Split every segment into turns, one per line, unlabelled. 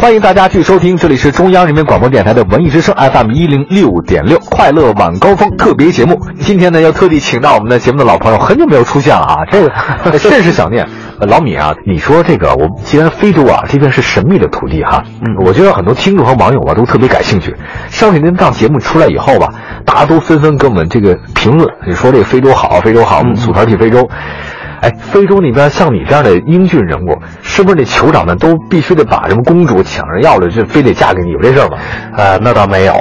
欢迎大家去收听，这里是中央人民广播电台的文艺之声 FM 一零六点六快乐晚高峰特别节目。今天呢，要特地请到我们的节目的老朋友，很久没有出现了啊，这个甚是想念。呃老米啊，你说这个，我既然非洲啊这边是神秘的土地哈，嗯，我觉得很多听众和网友啊都特别感兴趣。上次您档节目出来以后吧，大家都纷纷给我们这个评论，你说这个非洲好，非洲好，我们组团去非洲。哎，非洲那边像你这样的英俊人物，是不是那酋长们都必须得把什么公主抢着要了，这非得嫁给你？有这事儿吗？
呃，那倒没有，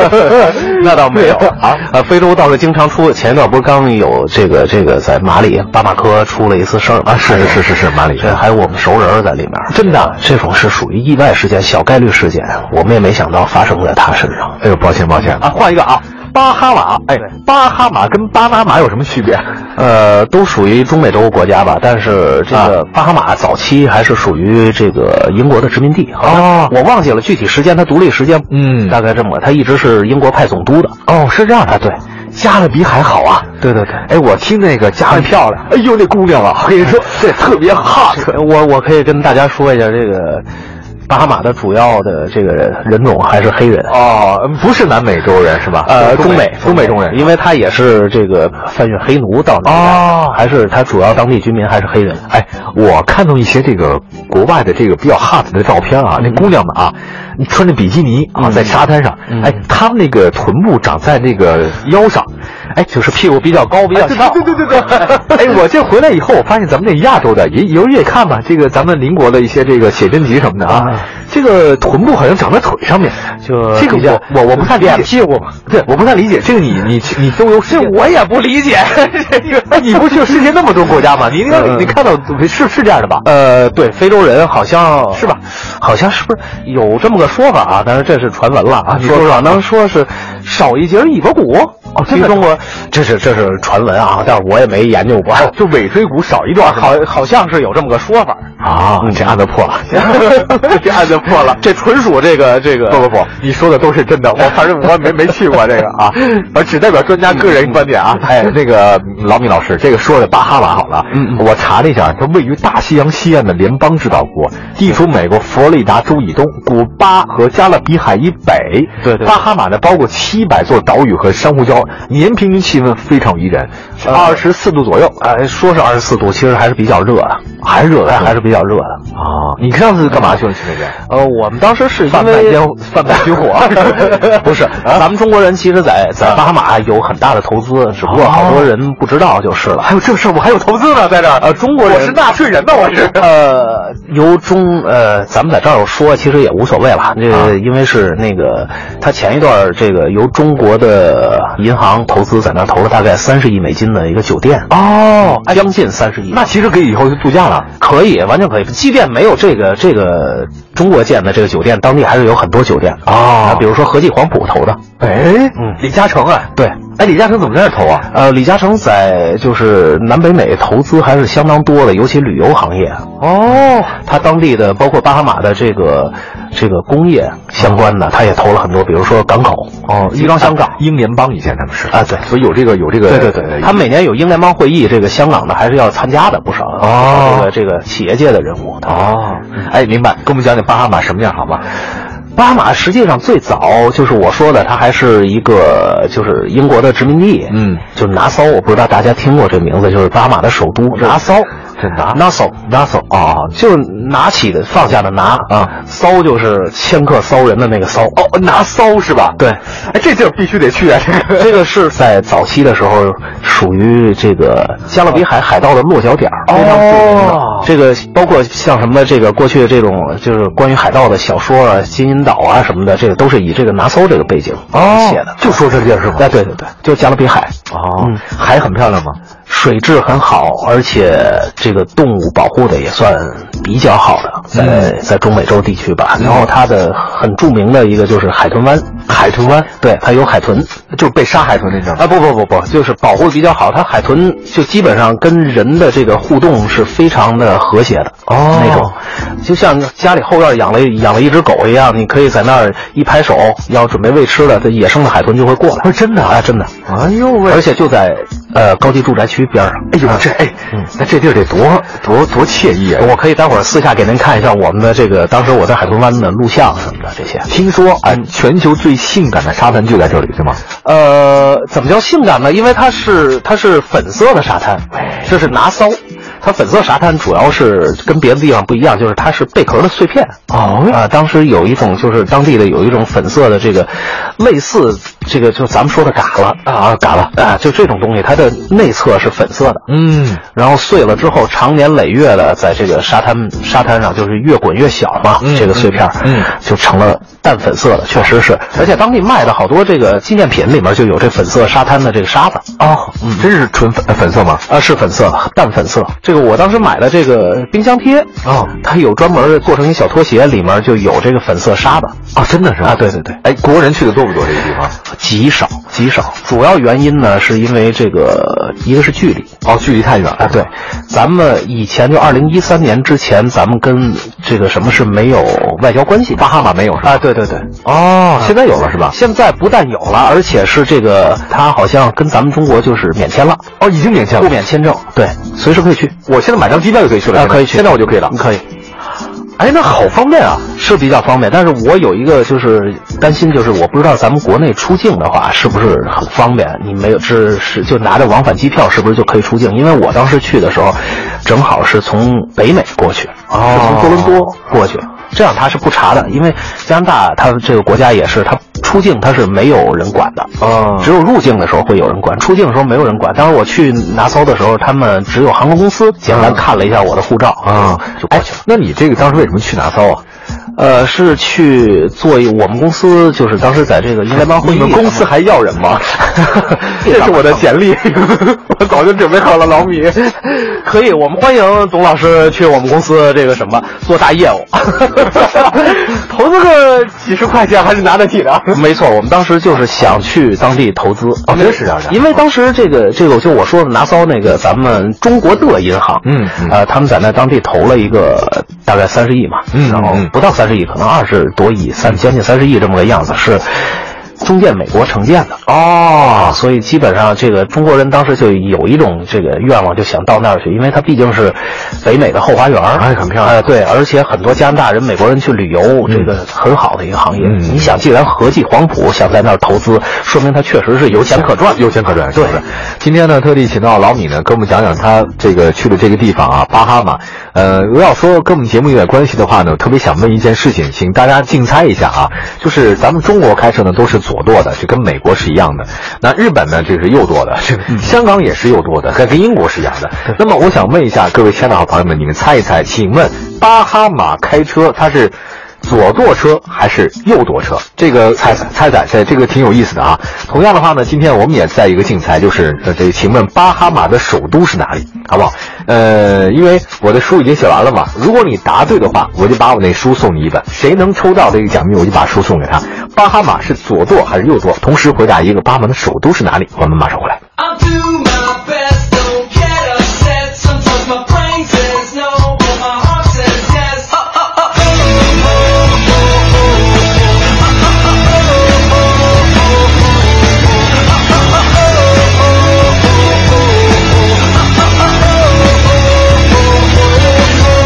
那倒没有啊。呃，非洲倒是经常出，前一段不是刚有这个这个在马里巴马科出了一次事儿啊？
是是是是是马里
这还有我们熟人儿在里面，
真的啊
这种是属于意外事件、小概率事件，我们也没想到发生在他身上。
哎呦，抱歉抱歉啊，换一个啊，巴哈马，哎，巴哈马跟巴拿马有什么区别？
呃，都属于中美洲国家吧，但是这个巴哈马早期还是属于这个英国的殖民地。好像
哦
我忘记了具体时间，它独立时间，
嗯
大概这么个，它一直是英国派总督的。
哦，是这样的，对，加勒比海好啊。
对对对。
哎，我听那个加勒比漂亮，哎呦，那姑娘啊，我跟你说，这特别 hot。
我我可以跟大家说一下，这个巴哈马的主要的这个人种还是黑人。
哦，嗯不是南美洲人是吧？
呃，
中
美
中美
美
中人，
因为他也是这个贩运黑奴到那边，
哦
还是他主要当地居民还是黑人。
哎，我看到一些这个国外的这个比较 hot 的照片啊，那姑娘们啊，穿着比基尼啊，在沙滩上，
嗯
哎，她们那个臀部长在那个腰上，哎，就是屁股比较高，比较翘。对对对对。 哎，我这回来以后，我发现咱们那亚洲的，也尤也看吧，这个咱们邻国的一些这个写真集什么的啊
啊，
这个臀部好像长在腿上面，
就
这个
比较
我我我不太理解
脸屁股嘛。
对，我不太理解这个你，你你都有这我也不理解。哎， 你不去世界那么多国家吗？你应该
嗯
你看到是是这样的吧？
呃，对，非洲人好像呃
是吧？
好像是不是有这么个说法啊？但是这是传闻了啊。
你说说
可能说是少一节尾巴骨。哦，
真的
中国这是这是传闻啊，但是我也没研究过。
哦就尾椎骨少一段是吧
好，好像是有这么个说法。嗯
啊，这案子破了， 这案子破了。
这纯属这个这个
不不不，你说的都是真的，我反正我没没去过这个 啊，我只代表专家个人观点啊。哎，那个老米老师，这个说的巴哈马好了，
嗯
我查了一下，它位于大西洋西岸的联邦制岛国，地处美国佛罗里达州以东、古巴和加勒比海以北。
对对
巴哈马呢包括七百座岛屿和珊瑚礁，年平均气温非常宜人，二十四度左右，
呃哎，说是二十四度，其实还是比较热的，
还是热的
哎，还是比较热的。
啊。你上次干嘛去了？去那边？
呃，我们当时是
贩
因
卖
为
烟 贩卖军火啊
不是，咱们中国人其实在在巴哈马有很大的投资，只不过好多人不知道就是了。
哦还有这事儿，我还有投资呢，在这儿。
呃，中国人
我是纳税人呢，我是。
呃，由中呃，咱们在这儿说，其实也无所谓了。这
啊
个因为是那个，他前一段儿这个由中国的银行投资在那儿投了大概三十亿美金的一个酒店，
哦，
将近三十亿。
那其实可以以后就度假了。
可以，完全可以。即便没有这个这个中国建的这个酒店，当地还是有很多酒店啊，
哦
比如说和记黄埔投的，
哎，
嗯
李嘉诚啊，
对。
哎，李嘉诚怎么在这儿投啊？
呃，李嘉诚在就是南北美投资还是相当多的，尤其旅游行业。啊
哦，
他当地的包括巴哈马的这个这个工业相关的，他也投了很多，比如说港口
哦，
集装箱港
英联邦以前他们是
啊，对
所以有这个有这个，
对对对，他每年有英联邦会议，这个香港的还是要参加的不少
哦
这个这个企业界的人物。
哦，哎，明白，给我们讲讲巴哈马什么样好吗？
巴哈马实际上最早就是我说的，它还是一个就是英国的殖民地，
嗯，
就是拿骚，我不知道大家听过这名字，就是巴哈马的首都拿骚，
这拿
拿骚拿骚啊，就是拿起的放下的拿
啊
骚就是千客骚人的那个骚，
哦，拿骚是吧？
对，
哎，这地儿必须得去啊！这个
这个是在早期的时候属于这个加勒比海海盗的落脚点儿，非常著名的
哦
这个包括像什么这个过去的这种就是关于海盗的小说啊、金银岛啊什么的，这个都是以这个拿骚这个背景写的。
哦就说这地儿是吗？
哎，对对对，就是加勒比海，
哦
嗯，
海很漂亮吗？
水质很好，而且这个动物保护的也算比
嗯
较好的，在在中美洲地区吧。然后它的很著名的一个就是海豚湾，海豚湾，对，它有海豚。
就是被杀海豚那种。
啊，不不不不，就是保护得比较好。它海豚就基本上跟人的这个互动是非常的和谐的
哦
那种，就像家里后院养了养了一只狗一样，你可以在那儿一拍手，要准备喂吃的，这野生的海豚就会过来。
哦真的啊
啊，真的。
哎呦喂！
而且就在呃高级住宅区边上。
哎呦这哎，那这地儿得多多多惬意啊！
我可以待会儿私下给您看一下我们的这个当时我在海豚湾的录像什么的这些。
听说啊，全球最性感的沙滩就在这里，是吗？
呃，怎么叫性感呢？因为它是它是粉色的沙滩，这是拿骚。它粉色沙滩主要是跟别的地方不一样，就是它是贝壳的碎片。
哦
啊、当时有一种就是当地的有一种粉色的这个，类似这个就咱们说的嘎啦啊嘎啦啊，就这种东西，它的内侧是粉色的，
嗯，
然后碎了之后，长年累月的在这个沙滩沙滩上，就是越滚越小嘛，
嗯
这个碎片儿，
嗯嗯
就成了淡粉色的，确实是。而且当地卖的好多这个纪念品里面就有这粉色沙滩的这个沙子，
哦，真是纯粉呃粉色吗？
啊，是粉色的，淡粉色。这个我当时买的这个冰箱贴，
哦
它有专门做成一小拖鞋，里面就有这个粉色沙子，
啊，真的是吗
啊对对对。
哎，国人去的多不多这个地方？
极少极少。主要原因呢，是因为这个一个是距离，
哦，距离太远
啊，
了。
对，咱们以前就二零一三年之前，咱们跟这个什么是没有外交关系的，巴哈马没有是吧？啊，对对对，
哦，现在有了是吧？
现在不但有了，而且是这个它好像跟咱们中国就是免签了，
哦，已经免签
不
了。
免签证，对，随时可以去，
我现在买张机票就可以去了，
啊
现在
可以去
现在我就可以了。
可以。
哎，那好方便啊！
是比较方便，但是我有一个就是担心，就是我不知道咱们国内出境的话是不是很方便，你没有这是就拿着往返机票是不是就可以出境？因为我当时去的时候，正好是从北美过去，
哦
是从多伦多过去，这样他是不查的，因为加拿大它这个国家也是，它出境它是没有人管的。
哦
只有入境的时候会有人管，出境的时候没有人管。当时我去拿搜的时候，他们只有航空公司简单看了一下我的护照
啊，
就过去了。
哎那你这个当时为什么去拿骚啊？
呃，是去做一我们公司，就是当时在这个英联邦会议
你
上
们
嘛，
公司还要人 吗？这是我的简历，我早就准备好了老米。
可以，我们欢迎董老师去我们公司这个什么做大 业务。
投资个几十块钱还是拿得起的。
没错，我们当时就是想去当地投资，
哦真是这样的
因为当时这个这个就我说的拿骚那个咱们中国的银行，
嗯嗯
呃，他们在那当地投了一个呃大概三十亿嘛，
嗯
然后
嗯
不到三十亿，可能二十多亿，三将近三十亿这么个样子，是中建美国承建的。
哦，
啊，所以基本上这个中国人当时就有一种这个愿望，就想到那儿去，因为它毕竟是北美的后花园儿，
哎很漂亮
呃对，而且很多加拿大人、美国人去旅游，这个很好的一个行业。
嗯
你想，既然和记黄埔想在那儿投资，说明他确实是有钱可赚。
有钱可赚，是不是？今天呢，特地请到老米呢，跟我们讲讲他这个去的这个地方啊，巴哈马。呃，如果要说跟我们节目有点关系的话呢，我特别想问一件事情，请大家竞猜一下啊，就是咱们中国开车呢都是左舵的，这跟美国是一样的。那日本呢，这是右舵的，嗯这个香港也是右舵的，但跟英国是一样的。那么我想问一下各位亲爱的好朋友们，你们猜一猜，请问巴哈马开车它是？左舵车还是右舵车？这个猜猜猜猜猜，这个挺有意思的啊。同样的话呢，今天我们也在一个竞猜，就是呃，这个请问巴哈马的首都是哪里，好不好？呃，因为我的书已经写完了嘛，如果你答对的话，我就把我那书送你一本；谁能抽到这个奖品，我就把书送给他。巴哈马是左舵还是右舵？同时回答一个巴哈马的首都是哪里？我们马上回来。
I'll do my best, don't get upset. Sometimes my brain says no, but my heart says yes. Uh, uh, uh, oh, oh, oh, oh.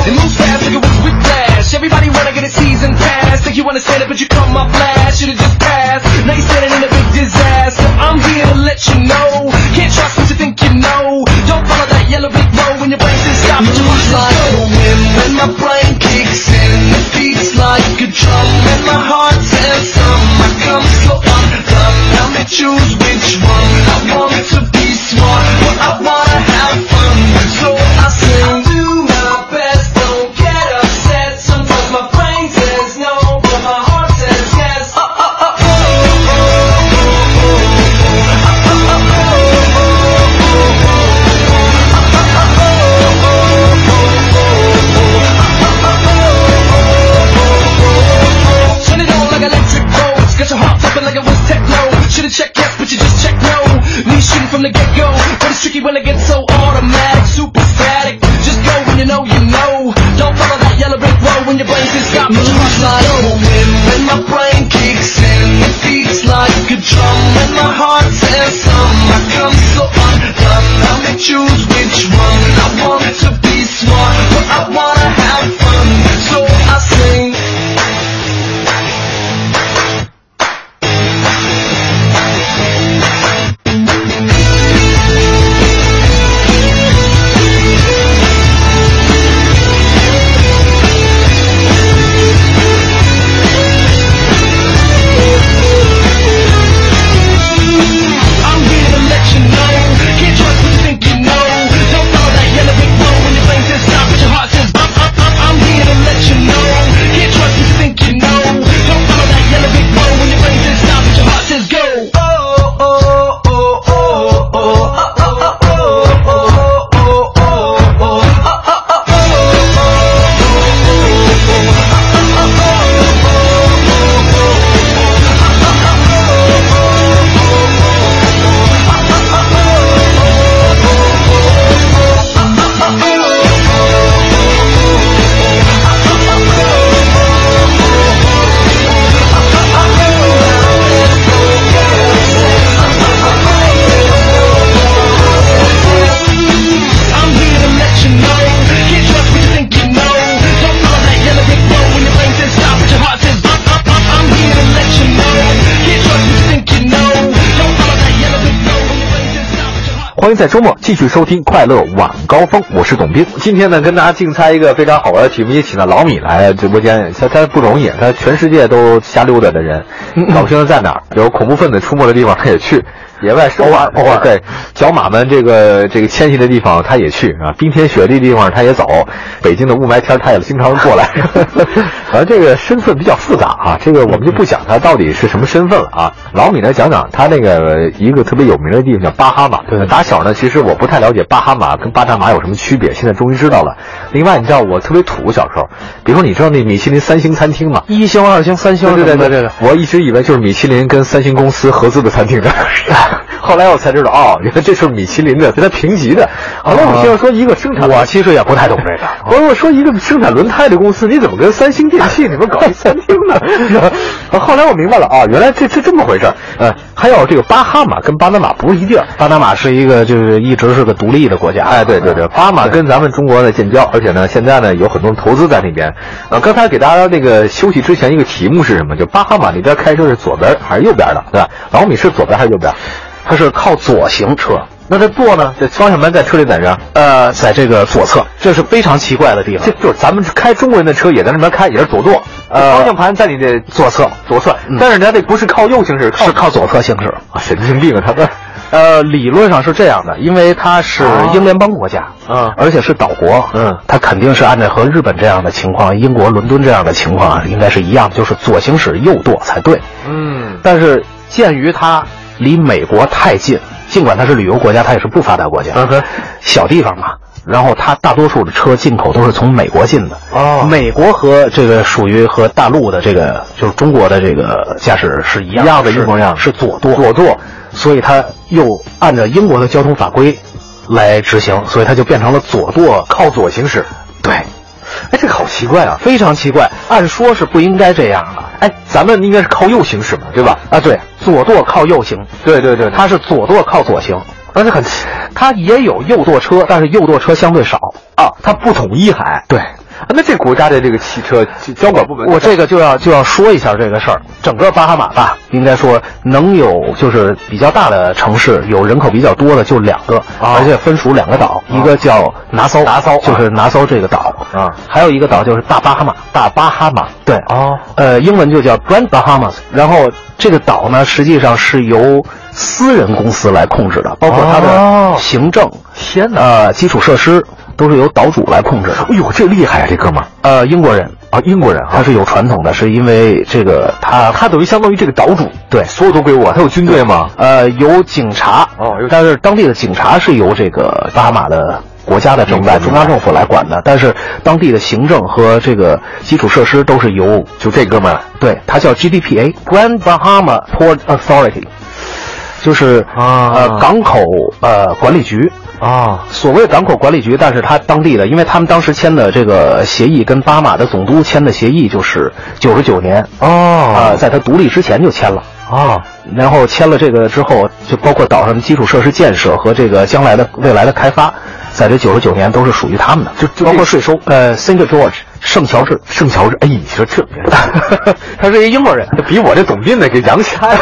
It moves fast like a whiz with flash. Everybody wanna get a season pass. Think you understand it, but you caught my flash. Should've just passed. Now you're standing in a big disaster. I'm here to let you know. Can't trust what you think you know. Don't follow that yellow brick road when your brain says stop. You lose like a wind when my brain kicks in. It beats like a drum and my heart says some. I come so undone. Now me choose which one. I want to be smart, but I wanna have fun. So I say I do my best. Don't get upset. Sometimes my brain says no, but my heart says yes. Uh, uh, uh, oh, oh, oh, oh, oh. Uh, uh, uh, oh, oh, Turn it on like electric boats. Got your heart pumping like a lucky when I get so automatic, super static. Just go when you know you know. Don't follow that yellow brick road when your brain just got me. Lose my when, when my brain kicks in. It beats like a drum when my heart says some. I come so undone. I may choose which one. I want to be smart, but I wanna have fun. So I sing. I'm here to let you know. Can't trust what you think you know. Don't follow that yellow brick road when your brain says stop, but your heart says I'm, I'm, I'm, I'm here to let you know. Can't trust what you think you know. Don't follow that yellow brick road when your brain says stop, but your heart says go. Oh, oh, oh, oh, oh, oh, oh, oh, oh, oh, oh, oh, oh. I'm here to let you know. Can't trust what you think you know. Don't follow that yellow brick road when your brain says stop, but your heart says I'm, I'm, I'm, I'm here to let you know. Can't trust what you think you know. Don't follow that yellow brick road when your brain says stop, but your heart.
欢迎在周末继续收听《快乐晚高峰》，我是董斌。今天呢，跟大家竞猜一个非常好玩的题目，也请到老米来直播间。他他不容易，他全世界都瞎溜达的人，搞不清楚在哪儿。有恐怖分子出没的地方，他也去；野外生活哦偶尔对角马们这个这个迁徙的地方，他也去啊；冰天雪地的地方，他也走；北京的雾霾天儿，他也经常过 来。反正这个身份比较复杂啊，这个我们就不讲他到底是什么身份了啊。老米来讲讲他那个一个特别有名的地方叫巴哈马，
对
打小呢，其实我不太了解巴哈马跟巴拿马有什么区别，现在终于知道了。另外，你知道我特别土，小时候，比如说你知道那米其林三星餐厅吗？
一星、二星、三星，啊
对对对
对对，
我一直以为就是米其林跟三星公司合资的餐 厅的， 后来我才知道哦，原来这是米其林的，给它评级的。后来我听说一个生产，
啊我其实也不太懂这个。
不 是我说一个生产轮胎的公司，你怎么跟三星电器你们搞一餐厅呢？啊后来我明白了啊，原来这这这么回事儿。呃，还有这个巴哈马跟巴拿马不是一地儿。
巴拿马是一个就是一直是个独立的国家。嗯
哎，对对对，巴马跟咱们中国的建交，而且呢，现在呢有很多投资在那边。呃，刚才给大家那个休息之前一个题目是什么？就巴哈马那边开车是左边还是右边的，对吧？老米是左边还是右边？
它是靠左行车。
那这舵呢？这方向盘在车里在这儿，
呃，在这个左侧，这是非常奇怪的地方
这。就是咱们开中国人的车也在那边开，也是左舵，
呃
方向盘在你的
左侧
左侧，但是人家这不是靠右行驶，靠
是靠左侧行驶。
啊神经病啊，他们。
呃，理论上是这样的，因为它是
哦
英联邦国家，
嗯
而且是岛国，
嗯
它肯定是按照和日本这样的情况、英国伦敦这样的情况啊，应该是一样，就是左行驶右舵才对。
嗯，
但是鉴于它离美国太近，尽管它是旅游国家，它也是不发达国家，
嗯哼
小地方嘛。然后它大多数的车进口都是从美国进的，
哦
美国和这个属于和大陆的这个就是中国的这个驾驶是一样
一样的
是
一模一样的
是左舵，
左舵，
所以它又按照英国的交通法规来执行，所以它就变成了左舵
靠左行驶。
对，
哎，这个好奇怪啊！
非常奇怪，按说是不应该这样的，
哎，咱们应该是靠右行驶嘛，对吧？
啊，对，左舵靠右行，
对对对，他
它是左舵靠左行，
而且很
它也有右舵车，但是右舵车相对少。
啊，它不统一还
对，
啊那这国家的这个汽车交管部门，
我这个就要就要说一下这个事儿。整个巴哈马吧，应该说能有就是比较大的城市，有人口比较多的就两个，
啊
而且分属两个岛，一个叫拿骚，啊拿骚就是拿骚这个岛
啊
还有一个岛就是大巴哈马，大巴哈马对
哦
呃，英文就叫 Grand Bahamas。然后这个岛呢，实际上是由私人公司来控制的，包括它
哦
的行政、
天哪！
呃基础设施都是由岛主来控制的。
哎呦，这厉害啊，这哥们儿
呃，英国人，
啊，英国人
他
啊，
是有传统的，是因为这个他
他等于相当于这个岛主，
对
所有都归我，他有军队吗？
呃有警察
哦有
但是当地的警察是由这个巴哈马的国家的政府
明白
中央政府来管的，但是当地的行政和这个基础设施都是由
就这哥们儿，啊
对，它叫 GDPA Grand Bahama Port Authority，就是
啊
呃港口呃管理局。
啊，
所谓港口管理局，但是他当地的，因为他们当时签的这个协议，跟巴马的总督签的协议就是九十九年，啊、
哦，
在他独立之前就签了。
啊，
然后签了这个之后，就包括岛上的基础设施建设和这个将来的未来的开发，在这九十九年都是属于他们的，就
就
包
这
括税收。呃，Saint George 圣乔治，
圣乔治，哎，你说这别
他是一英国人。
比我这总编的给洋气太了。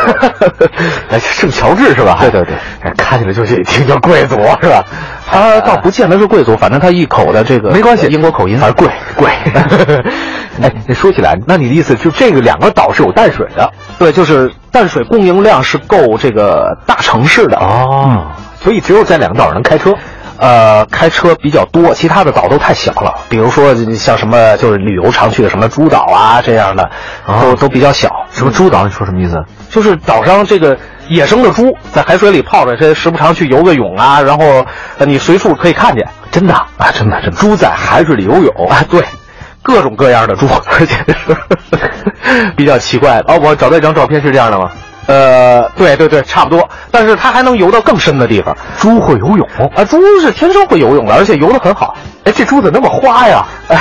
哎，圣乔治是吧？
对对对
哎，看起来就是一听就贵族是吧？
他倒不见得是贵族，反正他一口的这个
没关系
英国口音，
反正贵 贵。哎，你说起来，那你的意思就这个两个岛是有淡水的
对，就是淡水供应量是够这个大城市的，嗯
哦，所以只有在两个岛上能开车。
呃，开车比较多，其他的岛都太小了。比如说像什么就是旅游常去的什么诸岛啊这样的，
哦
都都比较小。
什么诸岛？你说什么意思？
就是岛上这个野生的猪在海水里泡着，这时不常去游个泳啊，然后呃你随处可以看见。真的啊，真的，真的，猪在海水里游泳啊，对，各种各样的猪， 而且是比较奇怪的。
哦，我找到一张照片是这样的吗？
呃，对对对，差不多。但是它还能游到更深的地方。
猪会游泳？
啊，猪是天生会游泳的，而且游得很好。
哎，这猪怎么那么花呀？
哎，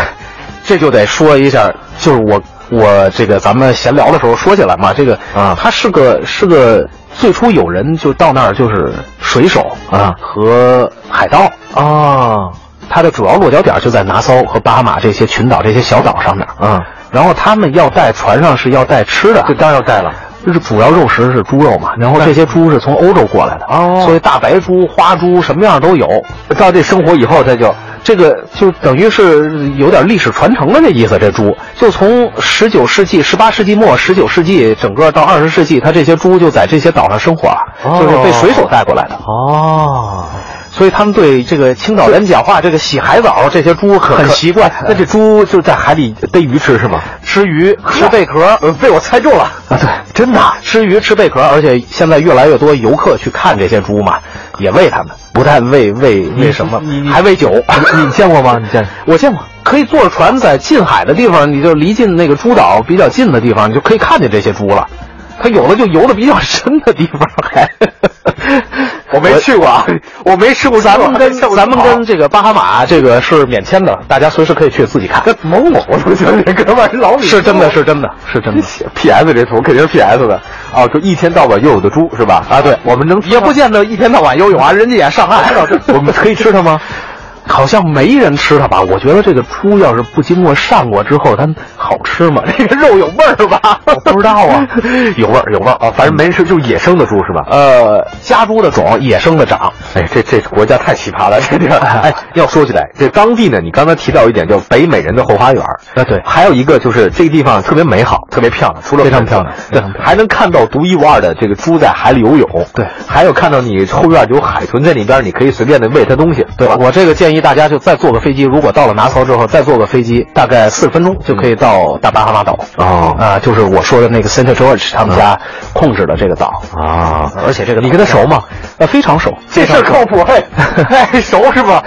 这就得说一下，就是我我这个咱们闲聊的时候说起来嘛，这个
啊
他是个是个最初有人就到那儿就是水手
啊
和海盗，哦
啊
他的主要落脚点就在拿骚和巴哈马这些群岛这些小岛上面。
啊，
然后他们要带船上是要带吃的，
这当然要带了。
就是主要肉食是猪肉嘛，然后这些猪是从欧洲过来的，
哦
所以大白猪、花猪什么样都有。到这生活以后，它就这个就等于是有点历史传承的这意思。这猪就从十九世纪、十八世纪末、十九世纪整个到二十世纪，它这些猪就在这些岛上生活了，
哦
就是被水手带过来的。
哦，
所以他们对这个青岛人讲话，这个洗海藻这些猪很
很
习惯。
那这猪就在海里逮鱼吃是吗？
吃鱼吃贝壳，呃，被我猜中了啊！对，真的吃鱼吃贝壳，而且现在越来越多游客去看这些猪嘛，也喂它们，不但喂喂喂什么
你，你
还喂酒。
你你见过吗？你见过？
我见过，可以坐船在近海的地方，你就离近那个猪岛比较近的地方，你就可以看见这些猪了。它有的就游的比较深的地方，还
我没去过啊，
我没吃过。咱们跟
见过
咱们
猪
跟这个巴哈马这个是免签的，大家随时可以去自己看。
某某同学这哥们儿老
是真的，是真的，是 真的。
PS 这图肯定是 PS 的啊，就一天到晚又有的猪是吧？啊，对，我们能
也不见得一天到晚游泳啊，人家也上岸。
我们可以吃它吗？
好像没人吃它吧？我觉得这个猪要是不经过上过之后，它好吃 吗？这个肉有味儿吧？我
不知道 啊
有味儿，有味儿
啊，反正没人吃，就是野生的猪是吧？
呃，家猪的种，野生的长。
哎，这这国家太奇葩了，这地 儿。哎，要说起来，这当地呢，你刚才提到一点，叫北美人的后花园。
啊对
还有一个就是这个地方特别美好，特别漂亮，除了
非常漂亮
对
非常，漂亮
还能看到独一无二的这个猪在海里游泳。
对
还有看到你后院有海豚在里边，你可以随便的喂它东西。
对
是吧
我这个建议大家就再坐个飞机，如果到了拿曹之后再坐个飞机，大概四十分钟就可以到大巴哈马岛。
嗯哦
啊、就是我说的那个 Saint George 他们家控制的这个岛。
啊，
而且这个
你跟他熟吗？
呃，非常熟，
这事儿靠谱，哎， 哎熟是吧？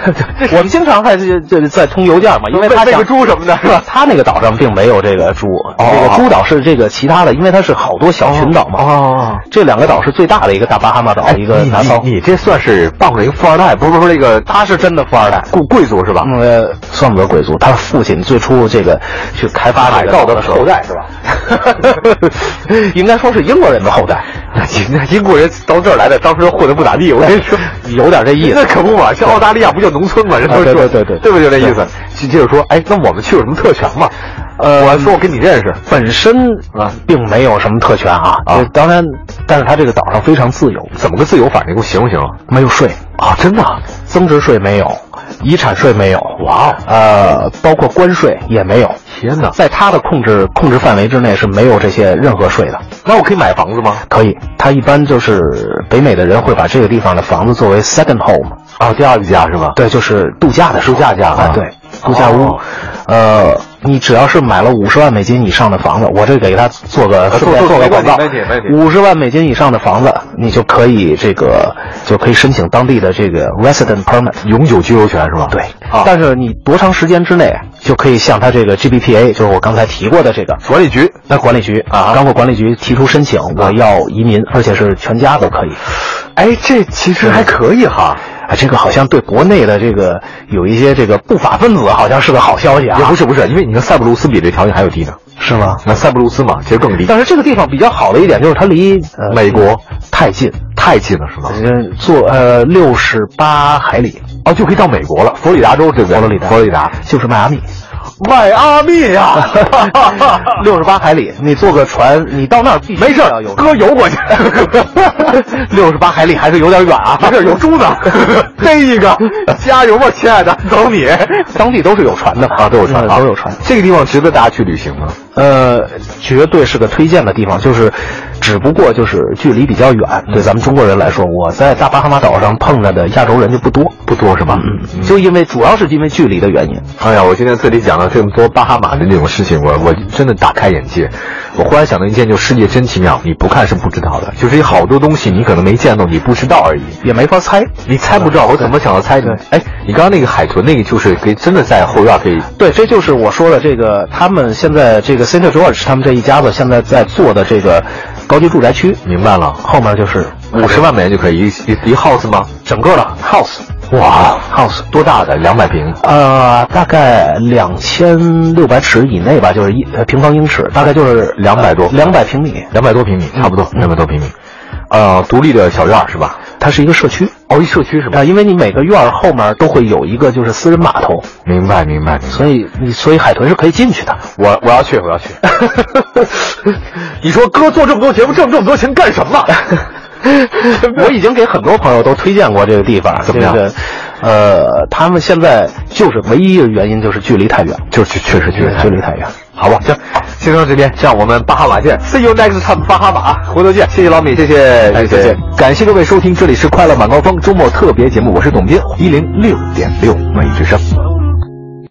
我们经常还是这在通邮件嘛，因为
喂
他
喂
想
个猪什么的是吧？
他那个岛上并没有这个猪，这个猪岛是这个其他的，因为它是好多小群岛嘛。
哦，哎
这两个岛是最大的一个大巴哈马岛，一个
你
南方。
你你这算是傍上一个富二代，不是不是那个
他是真的富二代，
贵贵族是吧？
呃，算不得贵族，他父亲最初这个去开发这个岛时候
海盗的后代是吧？
应该说是英国人的后代，
那英国人到这儿来的，当时混的不咋地，我跟你 说。
有点这意
那
思。
可不嘛，像澳大利亚不就农村嘛，人都说
啊对对对对
对不就这意思？就接着说，哎，那我们去有什么特权吗？
呃
我说我跟你认识，
本身
啊
并没有什么特权啊，
啊
当然，但是他这个岛上非常自由，
怎么个自由法？你给我形容形容
没有税，
啊！真的啊
增值税没有，遗产税没有，
哇哦！
呃，包括关税也没有，
天哪，
在他的控制控制范围之内是没有这些任何税的。
那我可以买房子吗？
可以，他一般就是北美的人会把这个地方的房子作为 second home，
啊，第二个家是吧？
对，就是度假的时候
度假家啊
啊，对，度假屋。
哦
呃，你只要是买了五十万美金以上的房子，我这给他做个顺便
啊做
做个
没问
广
题
告
没问题没问，题
五十万美金以上的房子，你就可以这个就可以申请当地的这个 resident permit。
永久居留权是吧？
对，
啊，
但是你多长时间之内就可以向他这个 GBTA，就是我刚才提过的这个
管理局
那管理局
啊
刚果管理局提出申请，我要移民，而且是全家都可以。
哎，这其实还可以哈。
啊，这个好像对国内的这个有一些这个不法分子好像是个好消息啊，
也不是不是，因为你看塞浦路斯比这条件还要低呢。
是吗？
那塞浦路斯嘛，其实更低，
但是这个地方比较好的一点就是它离、呃、
美国
太近，
太近了是吗？
呃坐呃六十八海里，
哦，就可以到美国了，佛罗里达州对不对？
佛罗里达
佛罗里达，
就是迈阿密，
迈阿密呀、
六十八海里，你坐个船，你到那儿必须
没事
要有，
哥游过去，
六十八海里还是有点远啊，
没事有猪呢， 逮一个，加油吧，亲爱的，等你
当地都是有船的
啊，都有船
嗯
啊，
都有船。
这个地方值得大家去旅行吗？
呃，绝对是个推荐的地方，就是，只不过就是距离比较远，
嗯
对咱们中国人来说，我在大巴哈马岛上碰着的亚洲人就不多，
不多是吧？
嗯，就因为主要是因为距离的原因，
哎呀，我今天这里讲了这么多巴哈马的这种事情，我我真的大开眼界。我忽然想到一件，就世界真奇妙，你不看是不知道的，就是有好多东西你可能没见到，你不知道而已。
也没法猜。
你猜不着，我怎么想到猜呢？哎，你刚刚那个海豚，那个就是可以真的在后院可以
对，这就是我说的这个，他们现在这个 Saint George 他们这一家子现在在做的这个高级住宅区，
明白了，
后面就是
五十万美元就可以一一一 house 吗？
整个的 house，
哇
，house。
多大的？两百平。
呃，大概两千六百尺以内吧，就是一呃平方英尺，大概就是
200多
两百平米。嗯
两百多平米，差不多两百多平米，呃，独立的小院儿是吧？
它是一个社区，
哦，一社区是吧？
啊，因为你每个院儿后面都会有一个就是私人码头，
明白，明白，明白。
所以你所以海豚是可以进去的。
我我要去，我要 去。你说哥做这么多节目挣这么多钱干什么？
我已经给很多朋友都推荐过这个地方，
怎么样
这个呃，他们现在就是唯一的原因就是距离太远，
就是确实确实
距离太远。
好吧，行，先到这边，向我们巴哈马见，See you next time，巴哈马，啊回头见，谢谢老米，谢谢，
哎再见，
感谢各位